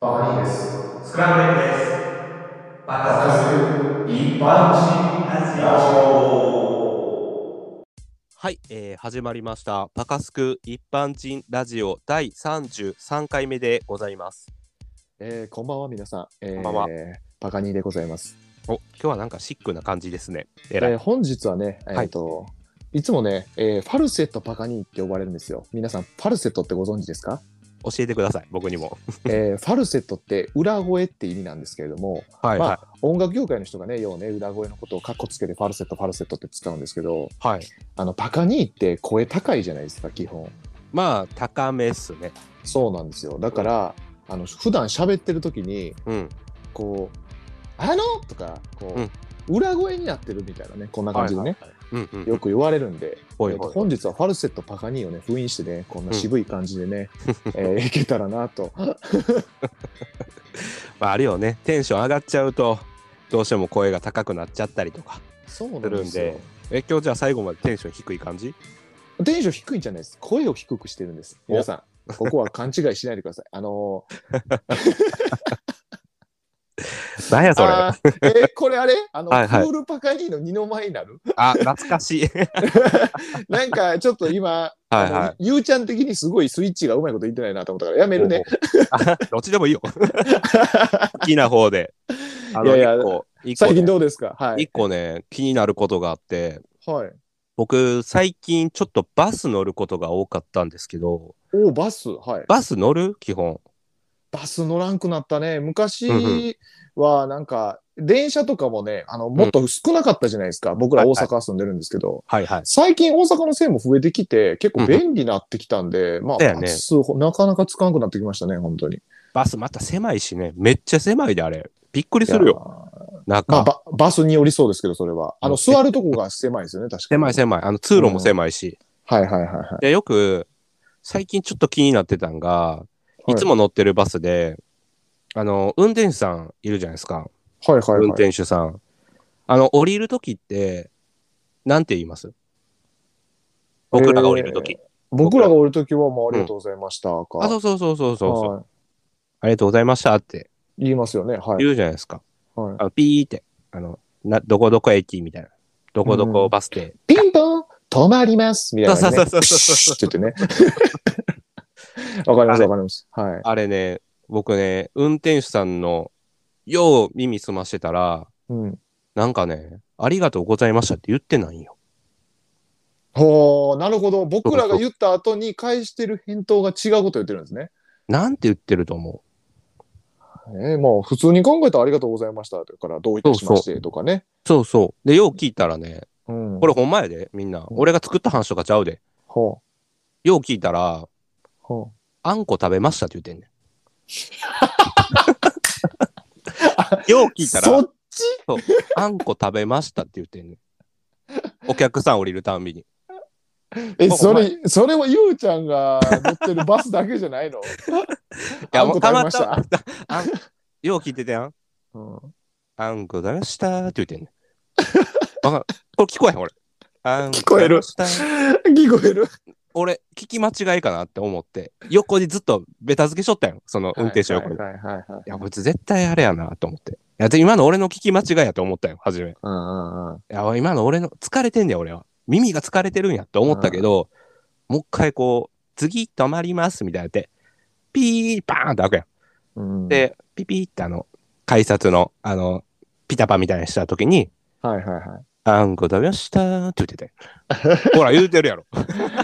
バカにです。スクランブルエッグです。バカスク一般人クラジオ。はい、えー始まりました。パカスク一般人ラジオ第33回目でございます。えー、こんばんは皆さん。えー、こんばんはバカニーでございます。お、今日はなんかシックな感じですね。ええらい。ー、本日はね、えっ、と、い、つもね、えー、ファルセットバカニーって呼ばれるんですよ。皆さんファルセットってご存知です か？教えてください、僕にも。えー、ファルセットって裏声って意味なんですけれども、はいまあ音楽業界の人がね、ようね裏声のことをカッコつけてファルセットファルセットって使うんですけど、い。はい。あのバカニーって声高いじゃないですか基本。まあ、高めっすね。そうなんですよ。だから、あの普段喋ってる時に。うん。こう「あの!」とかこう、うん裏声になってるみたいなねこんな感じでね、うんうん。よく言われるんで、ほいえっほとい本日はファルセットパカニーをね封印してねこんな渋い感じで ね、えーいけたらなとまあ、あるよね。テンション上がっちゃうと、どうしても声が高くなっちゃったりとか。そうなんするでんすよで。え、今日じゃあ最後までテンション低い感じテンション低いんじゃないです声を低くしてるんです皆さんここは勘違いしないでください。あのなんや ー、それ。ああーえーこれあれあの、はいはいクールパカニーの二の舞になる懐かしい。なん かちょっと今、はいあはのゆうちゃん的にすごいスイッチがうまいこと言ってないなと思ったからやめるね。あ どっちで もいいよ。好きな方で。あいやいや一個一個最近ねどうですかは一い。個ね、気になることがあって、はい、僕、最近ちょっとバス乗ることが多かったんですけど、おバスはい。バス乗る基本。バス乗らんくなったね。うん昔はなんか、電車とかもね、あの、もっと少なかったじゃないですか。僕ら大阪住んでるんですけど。はいはい。最近大阪の線も増えてきて、結構便利になってきたんで、まあ、だよねバスなかなか使わんくなってきましたね、本当に。バスまた狭いしね、めっちゃ狭いであれ。びっくりするよ。よ。中、まあ、ババスによりそうですけど、それは。あうの、ん座るとこが狭いですよね、確かに。狭い狭い。あの通路も狭いし。はいはいはいはい。で、よく、最近ちょっと気になってたんが、いつも乗ってるバスで、あの、運転手さんいるじゃないですか。はいはい運はい。転手さん。あの、降りるときって、なんて言います僕らが降りるとき。僕らがおるときは、もうありがとうございましたか。あ、そうそうそうそうそうそう。はいありがとうございましたって言いますよね、はい。言うじゃないですか。はいあのピーって、あの、などこどこ駅みたいな。どこどこバス停。ピンポン止まりますみたいな、ね。そうそうそうそうプシュッって言ってね。わかりますわかります。はい。あれね、僕ね、運転手さんの、よう耳澄ましてたら、うん。なんかね、ありがとうございましたって言ってないんよ。ほう、なるほど。僕らが言った後に返してる返答が違うこと言ってるんですね。なんて言ってると思うえー、もう普通に考えたらありがとうございましたとから、どういたしましてとかね。そうそう。で、よう聞いたらね、うん。これほんまやで、みんな。俺が作った話とかちゃうで。ほう。よう聞いたら、ほう。あんこ食べましたって言ってんね ん。よう聞いたら、そっちあんこ食べましたって言ってんねん。お客さん降りるたんびに。え、お前それ、それはゆうちゃんが乗ってるバスだけじゃないのあんこ食べました。たあんよう聞いてたやん。うんあんこ食べましたって言ってんねん。わかるこれ聞こえへん、俺。あん聞こえる食べました聞こえる。俺、聞き間違いかなって思って、横にずっとベタ付けしとったやん、その運転手横に。いはいはいはいはいはい。や、こいつ絶対あれやなと思って。いや、で今の俺の聞き間違いやと思ったよ、初め。いうんうんうん。や、今の俺の、疲れてんねん、俺は。耳が疲れてるんやって思ったけど、もう一回こう、次止まります、みたいなやって、ピーパーンって開くやん。うん、で、ピピってあの、改札の、あの、ピタパみたいにしたときに、はいはいはい。あんこ食べましたって言ってて。ほら、言うてるやろ。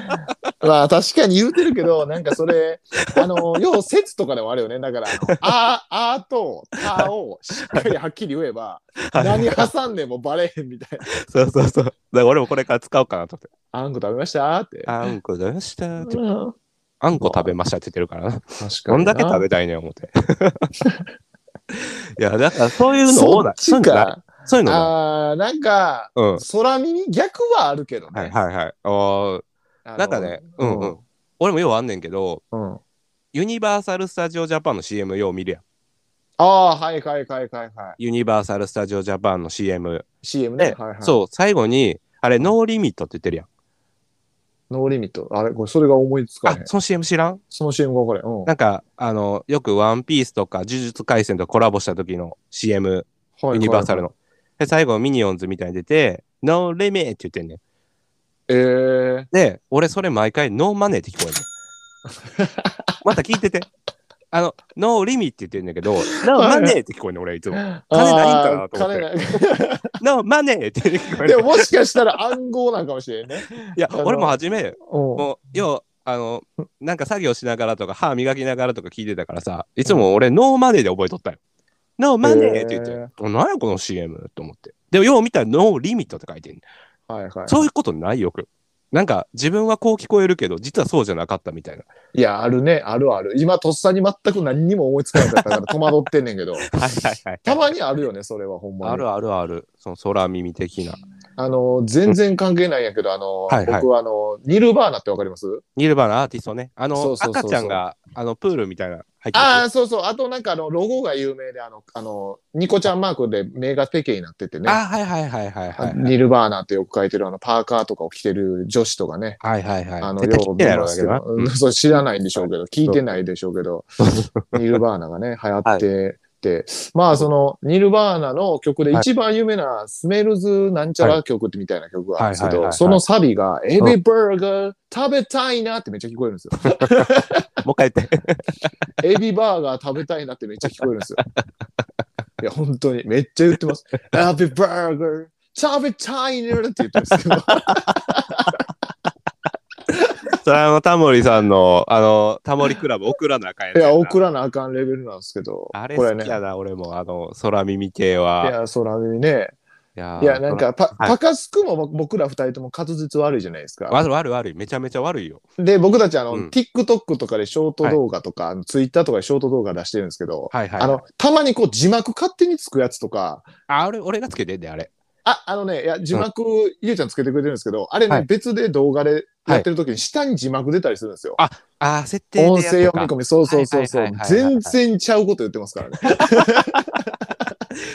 まあ確かに言うてるけど、なんかそれ、あの、要は説とかでもあるよね。だから、あ、あと、たをしっかりはっきり言えば、 何挟んでもバレへんみたいな。 そうそうそう。だから俺もこれから使おうかなと思って。あんこ食べましたって。あんこ食べましたって。うんあんこ食べましたって言ってるからな。確どかんにな。だけ食べたいねん、思って。 いや、だからそういうのそをなうだい。そういうのない。か。そういうのない。あーなんか、うん。空耳逆はあるけどね。はいはいはい。あーあのなんかね、うんうん。俺もようあんねんけど、うん。ユニバーサル・スタジオ・ジャパンの CM よう見るやん。ああ、はいはいはいはいはユニバーサル・スタジオ・ジャパンの CM。い。CM ねで。はいはい、そう、最後に、あれ、ノーリミットって言ってるやん。ノーリミット。あれ、これ、それが思いつかあへん、。その CM 知らんその CM が分かれへん。うん。なんか、あの、よくワンピースとか呪術廻戦とコラボした時の CM、はいユニバーサルはいの。で、最後ミニオンズみたいに出て、ノーリミットって言ってんねん。えで、俺それ毎回ノーマネーって聞こえるの。 また聞いてて。あの、ノーリミって言ってるんだけ ど、ノーマネーって聞こえるの俺いつも。えー。金ないんかなあーと思って金ない。 ノーマネーって聞こえでるもの。もしかしたら暗号なんかもしれんね。いや、あの俺も初め、うん。もう、要は、あの、なんか作業しながらとか、歯磨きながらとか聞いてたからさ、いつも俺、ノーマネーで覚えとったよ。ノーマネーって言って、へーお何やこの CM と思って。でも、よう見たら、ノーリミットって書いてんねはいはい。そういうことないよく。なんか、自分はこう聞こえるけど、実はそうじゃなかったみたいな。いや、あるね、あるある。今、とっさに全く何にも思いつかなかったから戸惑ってんねん け ど、はいはいはい。たまにあるよね、それはほんまに。あるあるある。その空耳的な。あの、全然関係ないんやけど、あの、はいはい僕はあの、ニルバーナってわかりますニルバのアーティストね。あの、そうそうそうそう赤ちゃんが、あの、プールみたいな、入ってある。あ、そうそう。あとなんかあの、ロゴが有名で、あの、あの、ニコちゃんマークで目がペケになっててね。あー、はいはいはいはいはい。ニルバーナってよく書いてるあの、パーカーとかを着てる女子とかね。はいはいはい。あの、絶対聞いてないやろうだすけどな。うんそう知らないんでしょ うけど、聞いてないでしょうけど、ニルバーナがね、流行ってて、まあ、その、ニルバーナの曲ではい一番有名な、スメルズなんちゃら曲ってみたいな曲があるんですけはいはいはいはど、いそのサビが、エビバーガー食べたいなってめっちゃ聞こえる んですよ。うんもう一回言って。エビバーガー食べたいなってめっちゃ聞こえるんですよ。いや、本当に、めっちゃ言ってます。エビバーガー食べたいなって言ってます けど。 それはあの、タモリさんの、あの、タモリクラブ送らなあかんやついなや、送らなあかんレベルなんですけど、あれこれ好ねき。やな、俺も、あの、空耳系いは。や、そらにね、いやーいや、なん。かパ、はいパカスクも僕僕ら二人とも滑舌悪いじゃないですか。悪い悪い悪い。めちゃめちゃ悪いよ。で、僕たち、あの、うん TikTok とかでショート動画とか、ツイッターとかでショート動画出してるんですけど、はいはい。あの、たまにこう字幕勝手につくやつとか、あ、俺、俺がつけてんで、あれ。あ、あのね、いや、字幕、ゆうちゃんつけてくれてるんですけど、あれね、はい別で動画でやってる時に下に字幕出たりするんですよ。あー、設定でや音るとか。声読み込み、そうそうそうそはういはいは。いはいはいは全い然ちゃうこと言ってますからね。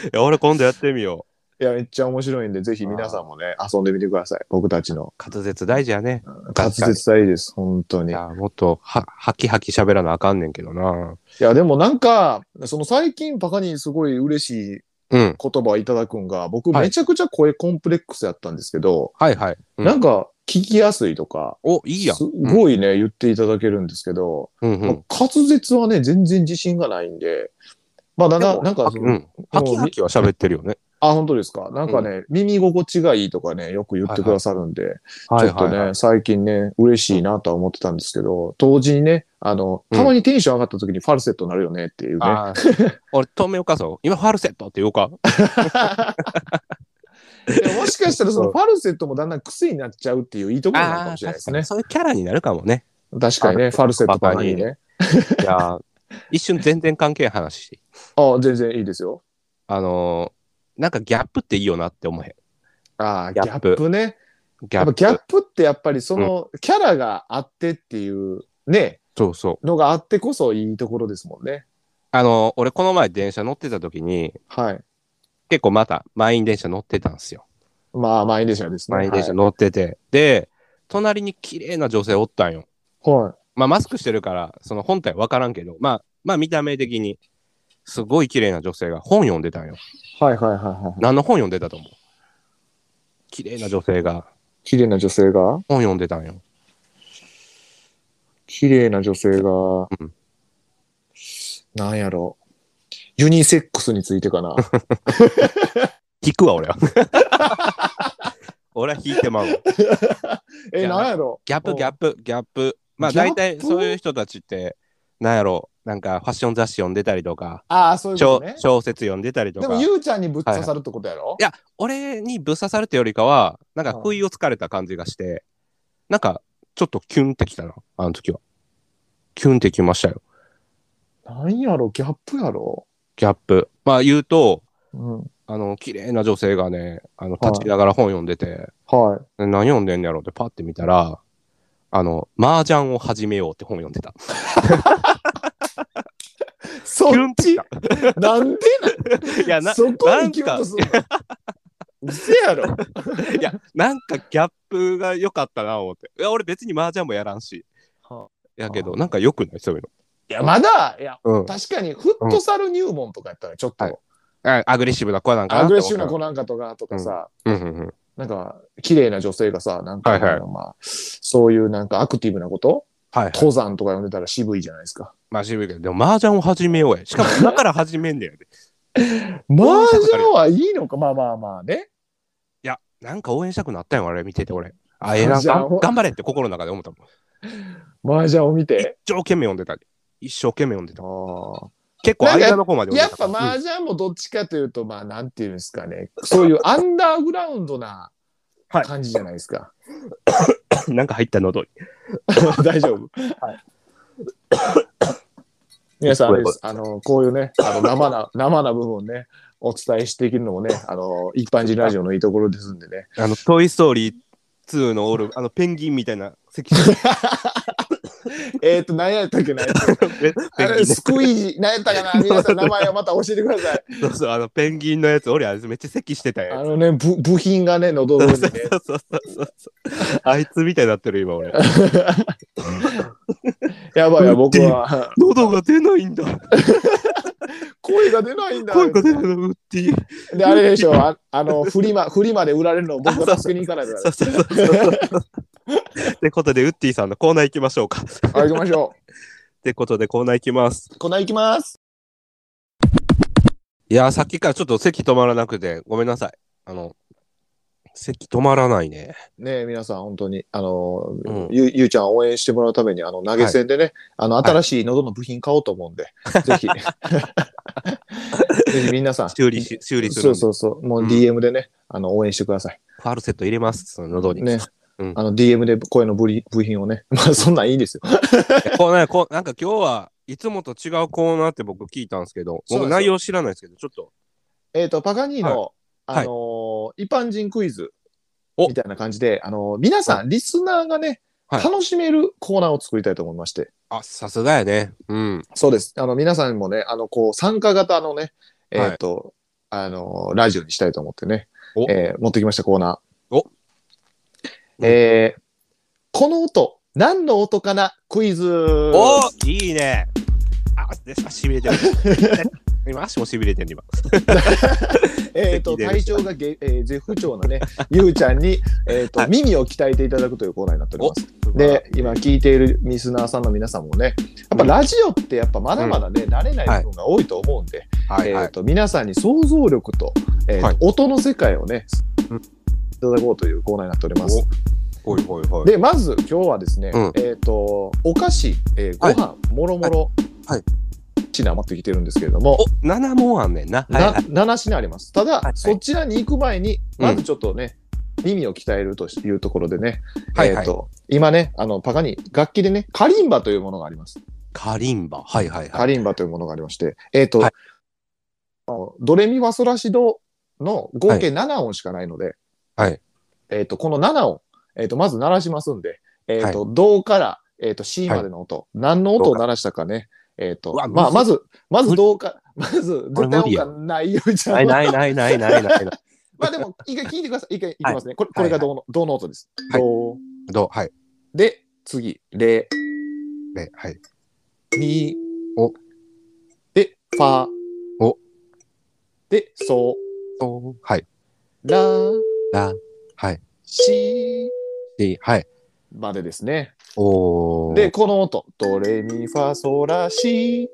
いや俺、今度やってみよう。いや、めっちゃ面白いんで、ぜひ皆さんもね、遊んでみてください。僕たちの。滑舌大事やね。滑舌はいいです、本当いに。や、もっとは、はきはき喋らなあかんねんけどな。いや、でもなんか、その最近パカにすごい嬉しいうん。言葉をいただくんが、僕はいめちゃくちゃ声コンプレックスやったんですけど、はいはい。うなんか聞きやすいとか、お、いいやん。すごいね、言っていただけるんですけど、うんうん。まあ滑舌はね、全然自信がないんで、まあ、だでなもなんかはそうんの、。はきはきは喋ってるよね。あ、本当ですか。なんかね、耳心地がいいとかね、よく言ってくださるんで、ちょっとね、最近ね、嬉しいなとは思ってたんですけど、同時にね、あの、たまにテンション上がった時にファルセットになるよねっていうね。あー俺、透明お母さん、今ファルセットって言おうか。でももしかしたらそのファルセットもだんだん癖になっちゃうっていういいところなのかもしれないですね。そういうキャラになるかもね。確かにね、ファルセットパニーね。いやー、一瞬全然関係ない話していい。あ全然いいですよ。あのー、なんかギャップっていいよなって思へああ、ギギャャッッププね。ん。ギやャッっプ。ぱギャップってやっぱりそのキャラがあってっていうね、そうそう。のがあってこそいいところですもんね。あのー、俺、この前電車乗ってた時に、はい。結構また満員電車乗ってたんですよ。まあ、満員電車ですね。満員電車はい乗ってて。で、隣に綺麗な女性おったんよ。はい。まあ、マスクしてるから、その本体わからんけど、まあ、まあ、見た目的に、すごい綺麗な女性が本読んでたんよ。はいはいはいはい。何の本読んでたと思う綺麗な女性が綺麗な女性が本読んでたんよ。綺麗な女性がうん、なんやろ。ユニセックスについて かな。引くわ、俺は。 俺は引いてまうわ。いえ、やなんやろ。ギャッうプ、んギャップ、ギャップ。まあ、ギャップ大体そういう人たちって、なんやろう、なんかファッション雑誌読んでたりとか、ああ、そういうこと小ね。小説読んでたりとでかも、、ゆうちゃんにぶっ刺さるってことやろ、いや、俺にぶっ刺さるってよりかは、なんかうん不意をつかれた感じがして、なんか、ちょっとキュンってきたな、あの時は。キュンってきましたよ、なんやろ、ギャップやろ。ギャップ。まあ、言うと、うん。あの、綺麗な女性がね、あの、立ちながら本読んでて、はい。で何読んでんやろうってパッて見たら、あの、麻雀を始めようって本読んでた。そっキュンってちきた。なんでいや、なな、そこにキュンとするのせやろ。 いや、なんかギャップが良かったな、思って。いや、俺別に麻雀もやらんし。はやけど、はなんか良くないそういういや、まだ、いや、の。うん。確かにフットサル入門とかやったら、ちょっはいと、あアグレッシブな子なんかなアグレッシブなと子なんかとか、とかさ、思ったら。うんうんうん。なんか、綺麗な女性がさ、なんか、はいはいあのまあ、そういうなんかアクティブなこと、はい、はい。登山とか呼んでたら渋いじゃないですか。まあ渋いけど、でも麻雀を始めようや。し かも今から始めんねやで。いマージャンはいいのか、まあまあまあね。や、なんか応援したくなったよ、俺、見てて、俺。あ、ええなじゃあがん頑張れって心の中で思ったもん。マージャンを見一て。生懸命読んでたで。一生懸命読んであた。ー結構間の方までや読んっでたぱから。マうんージャンもどっちかというと、まあ、なんていうんですかね、そ ういうアンダーグラウンドなはい感じじゃないで すか。なんか入った喉に。大丈夫。皆さんあれです、あの、こういうね、あの生な、 生な部分をね、お伝えしていけるのもね、あの、一般人ラジオのいいところですんでね。あの、トイ・ストーリー2のおる、あの、ペンギンみたいな席。えっと、何やったっけな、ペン あギれンねスクイージー、何やったか な、皆さん名前をまた教えてください。そうそう、あの、ペンギンのやつ、俺、あれめっちゃ咳してたあやのね、ぶ部品がね、喉の上つ。に そねう、そうそうそうそう。あいつみたいになってる、今、俺。やばいや、僕 は、喉が出ないんだ。声が出ないんだ。声が出ないの、ウッディ。で、あれでしょ、ああの、フリマ、フリマで売られるのを僕が助けに行かないとそうそうそうそう。ってことで、ウッディさんのコーナー行きましょうか。っはい、行きましょてことで、コーナー行きます。う。粉行きます。いやー、さっきからちょっと席止まらなくて、ごめんなさい。あの、席止まらないね。ねえ、皆さん、本当に、あの、うんゆゆうちゃんを応援してもらうために、あの、投げ銭でね、あの、新しい喉の部品買おうと思うんで、ぜひ、 ぜひ皆さん、修理し、修理すそるんうで。そうそう、もううん DM でね、あの、応援してください。ファルセット入れます、その喉に。ね。うんあの、DM で声の部り部品をね、まあ、そんなんいいですよ。こうね、こう、なんか今日はいつもと違うコーナーって僕聞いたんですけど、そう僕なんです内よ容知らないですけど、ちょっと、えっと、パガニーの、はいあのー一般人クイズおみたいな感じで、あのー皆さん、リスナーがね、はい楽しめるコーナーを作りたいと思いまして。あ、さすがやね。うん。そうです。あの、皆さんもね、あの、こう、参加型のね、えっ、と、あのーラジオにしたいと思ってねお、えー持ってきましたコーナー。おえーこの音、何の音かなクイズおいいね。あ、でしびれてる。 今、足もしびれてる、今。えー、素と敵で体した調がげ、えー絶不調なね、ゆうちゃんに、えーとはい耳を鍛えていただくというコーナーになっております。で、今聞いているリスナーさんの皆さんもね、やっぱラジオってやっぱまだまだね、慣れない部分が多いと思うんで、はい、はえーい。と皆さんに想像力と,、えーとはい音の世界をね、うんいただこうというコーナーになっております。おはいはいはい。で、まず今日はですね、うんえっ、と、お菓子、えーご飯、もろもろ、はい品余ってきてるんですけれども、お、7問あんねんな。はいなはい。 7品あります。ただ、はいそちらに行く前に、うんまずちょっとね、耳を鍛えるというところでね、はいはいえーと今ね、あのパカに楽器でね、カリンバというものがあります。カリンバ。はいはいはカい。リンバというものがありまして、えっとはいあのドレミファソラシドの合計7音しかないので、はいえっとこの7音、えっとまず鳴らしますんで、えっとドから、えっと C までの音、何の音を鳴らしたかね、えっとうわまあ、まむず、まずドから、まずこれ無絶対理音やがないようじゃないないないないないないない。 まあでも、一回聞いてください。一回いきますね。これ、これはがいはどうの、どうの音です。はいどうどうはい。で、次、レ、ね、はい。ミ、お。で、ファ、お。で、ソ、おはい。ラ、ラ、はい。シで、はい。までですね。おー。で、、この音、ドレミファソラシ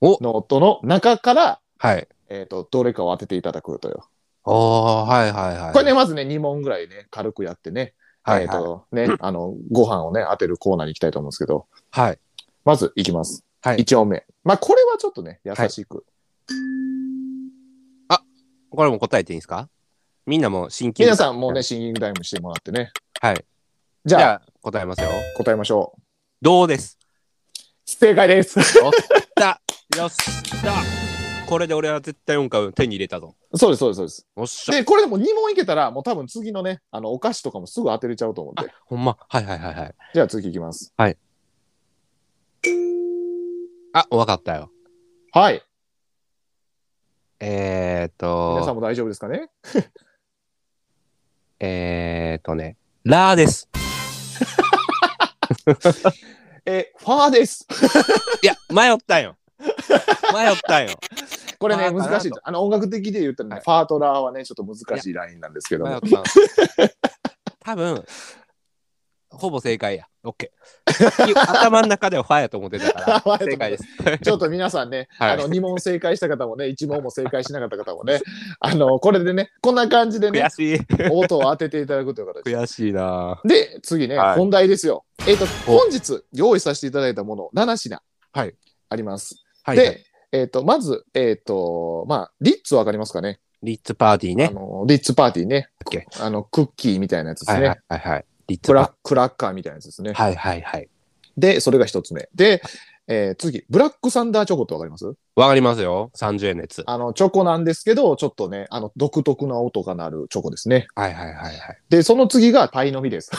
おの音の中から、はい。えっ、と、どれかを当てていただくという。おー、はいはいはい。これね、まずね、2問ぐらいね、軽くやってね、はいえっ、はい。と、ね、あの、ご飯をね、当てるコーナーに行きたいと思うんですけど、はい。まず行きます。はい。一音目。まあ、これはちょっとね、優しく。これも答えていいですかみんなもう真剣に皆さんもうね、シンギングタイムしてもらってね。はい。じじゃあ、ゃあ、答えますよ。答えましょう。どうです。正解です。よっしゃこれで俺は絶対音階を手に入れたぞ。そうです、そうです、そうです。おっしゃ。で、これでも2問いけたら、もう多分次のね、あの、お菓子とかもすぐ当てれちゃうと思うんで。ほんま。はいはいはいはい。じゃあ次いきます。あ、わかったよ。はい。えーっ皆さと、んも大丈夫ですかねえー、とね、ラーです。え、ファーです。いや、迷ったんよ。迷ったんよ。これファね、ーかなと難しいです。あの、音楽的で言ったらね、はいファーとラーはね、ちょっと難しいラインなんですけど迷っも。たんです。多分、ほぼ正解や。オッケー。頭の中ではファーやと思ってたから、正解です。 ちょっと皆さんね、 はいあの、2問正解した方もね、1問も正解しなかった方 もね、あの、これでね、こんな感じでね悔、しい。音を当てていただくという形で悔しいなで、次ね、はい本題ですよ。えっ、と、お本日用意させていただいたもの、7品。はいあります。はい。で、えっ、と、まず、えっ、と、まあ、リッツわかりますかねリッツパーティーね。あの、リッツパーティーね OK。あの、クッキーみたいなやつですはね。いはいはいはい。リッツクパーラクラッカーみたいなやつですね。はいはいはい。で、それが一つ目。で、えー次、ブラックサンダーチョコってわかりますわかりますよ。30円のやつ。あの、チョコなんですけど、ちょっとね、あの、独特な音が鳴るチョコですね。はいはいはいはい。で、その次がパイの 実です。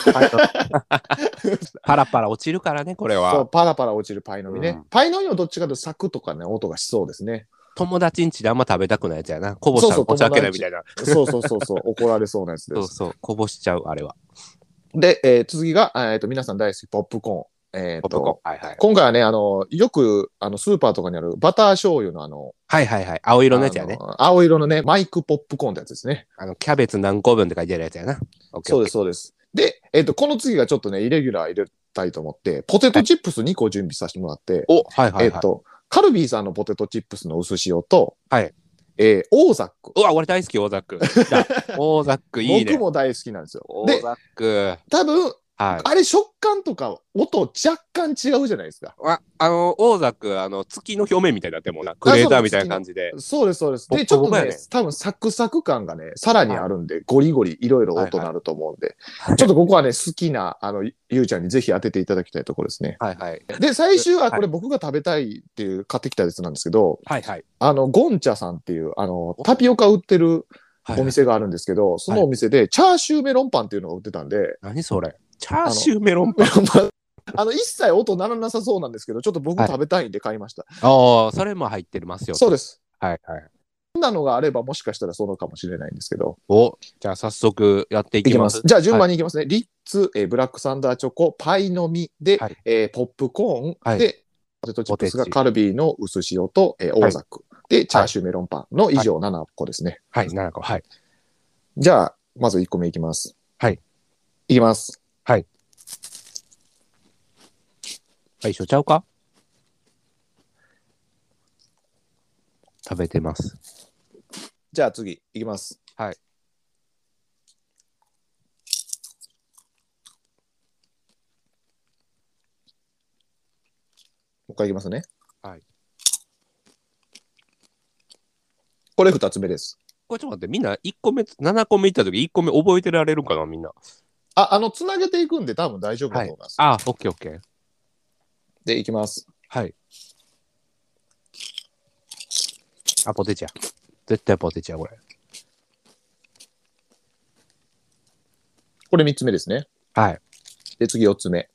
パラパラ落ちるからね、これそうは。パラパラ落ちるパイの実ね。うんパイの実もどっちかというとサクとかね、音がしそうですね。友達んちであんま食べたくないやつやな。こぼしたらそうそうこちゃけないみたいな。そうそうそ うそう、怒られそうなやつでそうす。そう、こぼしちゃう、あれは。で、えー次が、えーと、皆さん大好き、ポップコーン。えーポッとプコーン。はいはい。今回はね、あの、よく、あの、スーパーとかにあるバター醤油のあの、はいはいはい。青色のやつやね。あの青色のね、マイクポップコーンってやつですね。あの、キャベツ何個分って書いてあるやつやな。そうです、す。そうです。で、えっ、と、この次がちょっとね、イレギュラー入れたいと思って、ポテトチップス2個準備させてもらって、お、はいはいえはっい。と、カルビーさんのポテトチップスの薄塩と、はい。えー、オーザック。うわ、俺大好き、オーザック。 オーザックいいね僕。も大好きなんですよ。オーで、ザック。多分、はい。あれ食感とか音若干違うじゃないですか。ああの、オーザック、あの、月の表面みたいになってるもんな。クレーターみたいな感じで。そうです、そうです。ボで、ッちコょボコっとやね、ね多分サクサク感がね、さらにあるんで、ゴリゴリいろいろ音鳴ると思うんで、はいちょっとここはね、好きな、あの、ゆうちゃんにぜひ当てていただきたいところですね。はいはい。で、最終ははいこれ僕が食べたいっていう、買ってきたやつなんですけど、はいはい。あの、ゴンチャさんっていう、あの、タピオカ売ってるはいお店があるんですけど、そのお店で、チャーシューメロンパンっていうのが売ってたんで、 何それチャーシューメロンパン。あの、一切音鳴らなさそうなんですけど、ちょっと僕はい食べたいんで買いました。ああ、それも入ってますよ。そうです。はいはい。そんなのがあれば、もしかしたらそのかもしれないんですけど。お、じゃあ早速やっていいききまますす。。じゃあ順番にいきますね。リッツ、えーブラックサンダーチョコ、パイの実で、はいえーポップコーン、はいで、ポテトチップスポがテチカルビーの薄塩と、えーオーザック、で、チャーシューメロンパンの以上7個ですね。はい、7個。はい。じゃあ、まず1個目いきます。はい。いきます。あ、一緒ちゃうか食べてます。じゃあ次、いきます。はい。もう一回いきますね。はい。これ2つ目です。これちょっと待って、みんな1個目、7個目行った時1個目覚えてられるかな、みんな。あ、あの、つなげていくんで多分大丈夫だと思います。あ、オッケーオッケー。で、いきます。はい。あ、ポテチや。絶対ポテチや、これ。これ3つ目ですね。はい。で、次4つ目。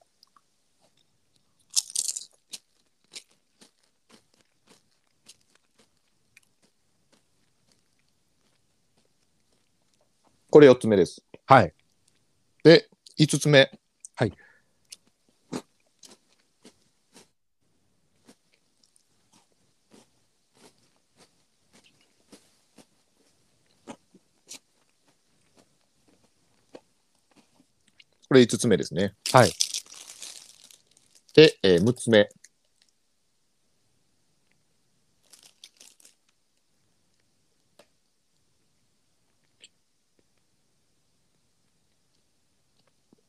これ4つ目です。はい。で、5つ目。はい。これ5つ目ですね。はい。で、えー、6つ目。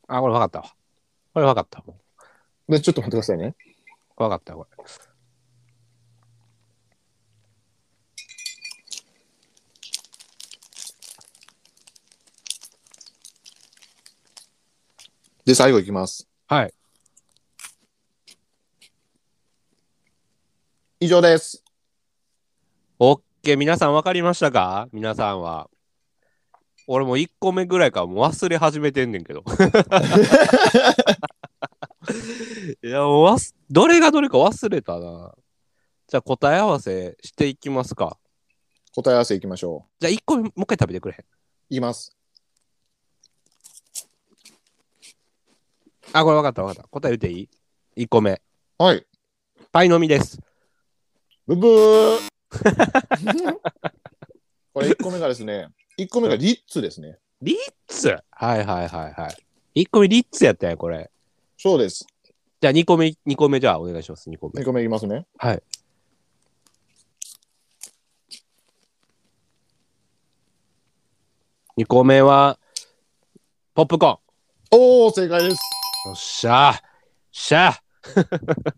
あ、これ分かったわ。これ分かった。もで、ちょっと待ってくださいね。う分かった、これ。で、最後いきます。はい。以上です。オッケー、皆さん分かりましたか皆さんは。俺も1個目ぐらいからもう忘れ始めてんねんけど。 いや、もうわすどれがどれか忘れたな。じゃあ答え合わせしていきますか。答え合わせいきましょじゃあ1個目もう一回食べてくれへん。う。いきます。あ、これ分かった分かった。答え言っていい ?1 個目。はい。パイの実です。ブブー これ1個目がですね、1個目がリッツですね。リッツはいはいはいはい。1個目リッツやったよ、これ。そうです。じゃあ2個目、二個目じゃあお願いします、2個目2。個目いきますね。はい。2個目は、ポップコーン。おー、正解です。よっしゃー。よっしゃー。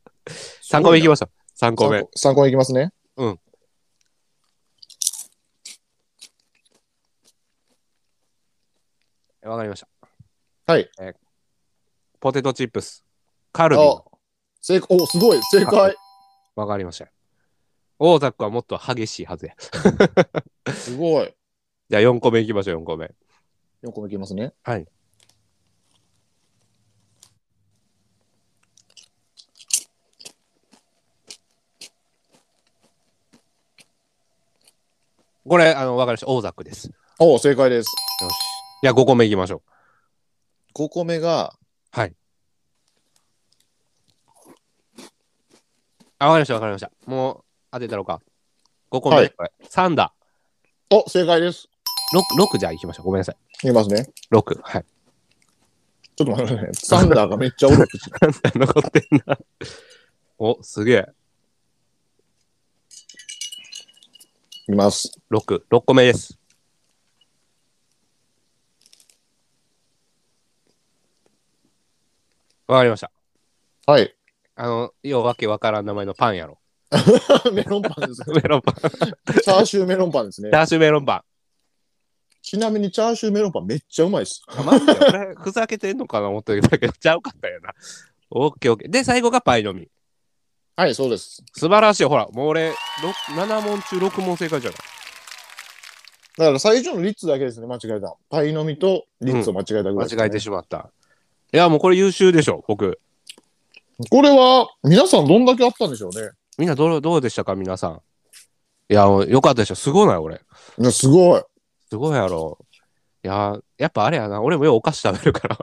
3個目いきましょう。3個目。参考にいきますね。うん。わかりました。はい。えーポテトチップス。カルビあの。、正解。お、すごい。正解。わかりましたよ。大田区はもっと激しいはずや。すごい。じゃあ4個目いきましょう、4個目。 4個目いきますね。はい。これ、あの、わかりました。大田区です。よおー、正解です。し。じゃあ5個目いきましょう。 5個目が、あ、わかりました、わかりました。もう当てたろうか。5個目、はいこれ。3だ。お、正解です。 6、6じゃあ行きましょう。ごめんなさい。いきますね。 6。はい。 ちょっと待ってくださいね。サンダーがめっちゃおる。残ってんな。お、すげえ。いきます。 6、6個目です。わかりました。はい。あの、ようわけわからん名前のパンやろ。メロンパンですね。メロンパン。チャーシューメロンパンですねチ。ャーシューメロンパン。ちなみにチャーシューメロンパンめっちゃうまいです。あマジでこれ、ふざけてんのかな思ってたけど、ちゃうかったよな。オッケーオッケー。で、最後がパイの実。はい、そうです。素晴らしい。ほら、もう俺、7問中6問正解じゃない。だから最初のリッツだけですね、間違えた。パイの実とリッツを間違えたぐ間らいですね、違えてしまった。いや、もうこれ優秀でしょ、僕。これは、皆さんどんだけあったんでしょうね。みんなどうどうでしたか、皆さん。いや、もうよかったでしょ。すごない、俺。いや、すごい。すごいやろ。いやー、やっぱあれやな。俺もようお菓子食べるから。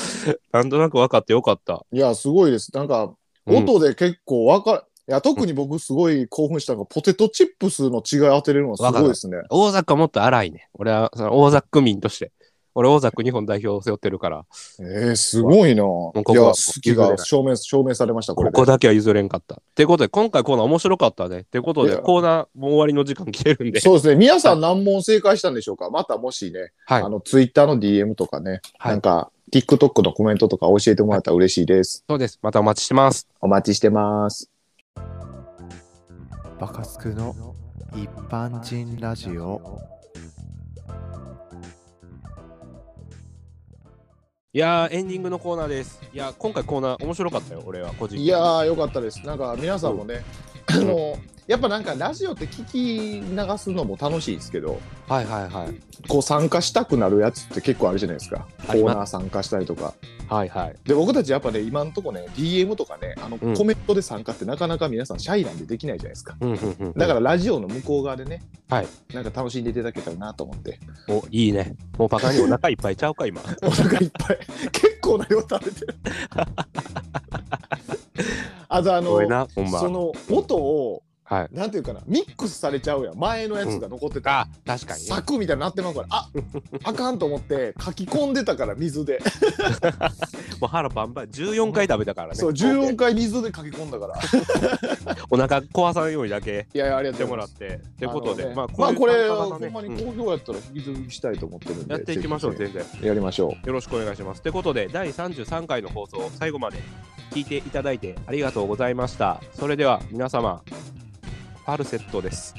なんとなく分かってよかった。いや、すごいです。なんか、うん音で結構わかる。いや、特に僕すごい興奮したのが、ポテトチップスの違い当てれるのはすごいですね。大阪はもっと荒いね。俺は、その大阪区民として。俺、大阪区日本代表を背負ってるから、えー、すごいな。こはいや、もう好きが証明、証明されました、ここれで。こだけは譲れんかった。ってことで、今回コーナー面白かったね。ってこといで、やコーナーもう終わりの時間来てるんで。そうですね。皆さん難問正解したんでしょうかまたもしね、はいあ。の、ツイッターの DM とかね、はいなんか、TikTok のコメントとか教えてもらったら嬉しいです。そうです。またお待ちしてます。お待ちしてます。バカスクの一般人ラジオ。いやー、エンディングのコーナーです。いやー、今回コーナー面白かったよ。俺は、個人的に。いやー、よかったです。なんか、皆さんもね、あの、やっぱなんか、ラジオって聞き流すのも楽しいですけど、はいはいはい。こう参加したくなるやつって結構あるじゃないですか。コありーますナー参加したりとか。はいはい。で、僕たちやっぱね、今んとこね、DM とかね、あの、うんコメントで参加ってなかなか皆さんシャイなんでできないじゃないですか。うんうんうん。だからラジオの向こう側でね、はいなんか楽しんでいただけたらなと思って、 お、いいね。もうバカにお腹いっぱいちゃうか、今。お腹いっぱい、 結構な量食べてる。 あとあごのめん、な、ほんま。その音を、はい。なんていうかな、ミックスされちゃうやん、前のやつが残ってた。あ、確かに、ね。柵みたいになってまうからああかんと思って書き込んでたから 水でもう腹バンバン、14回食べたからね。そう14回水で書き込んだからいお腹壊さんようにだけやいやありがしてとうもらございまっすて。ってことで、あのねまあういうこれ簡単なほねんまにうん好評やったら引き続きしたいと思ってるんでやっていきましょう、ぜ全然。ひねやりましょうよろしくお願いします。ってことで、第33回の放送、最後まで聞いていただいてありがとうございました。それでは、皆様、ファルセットです。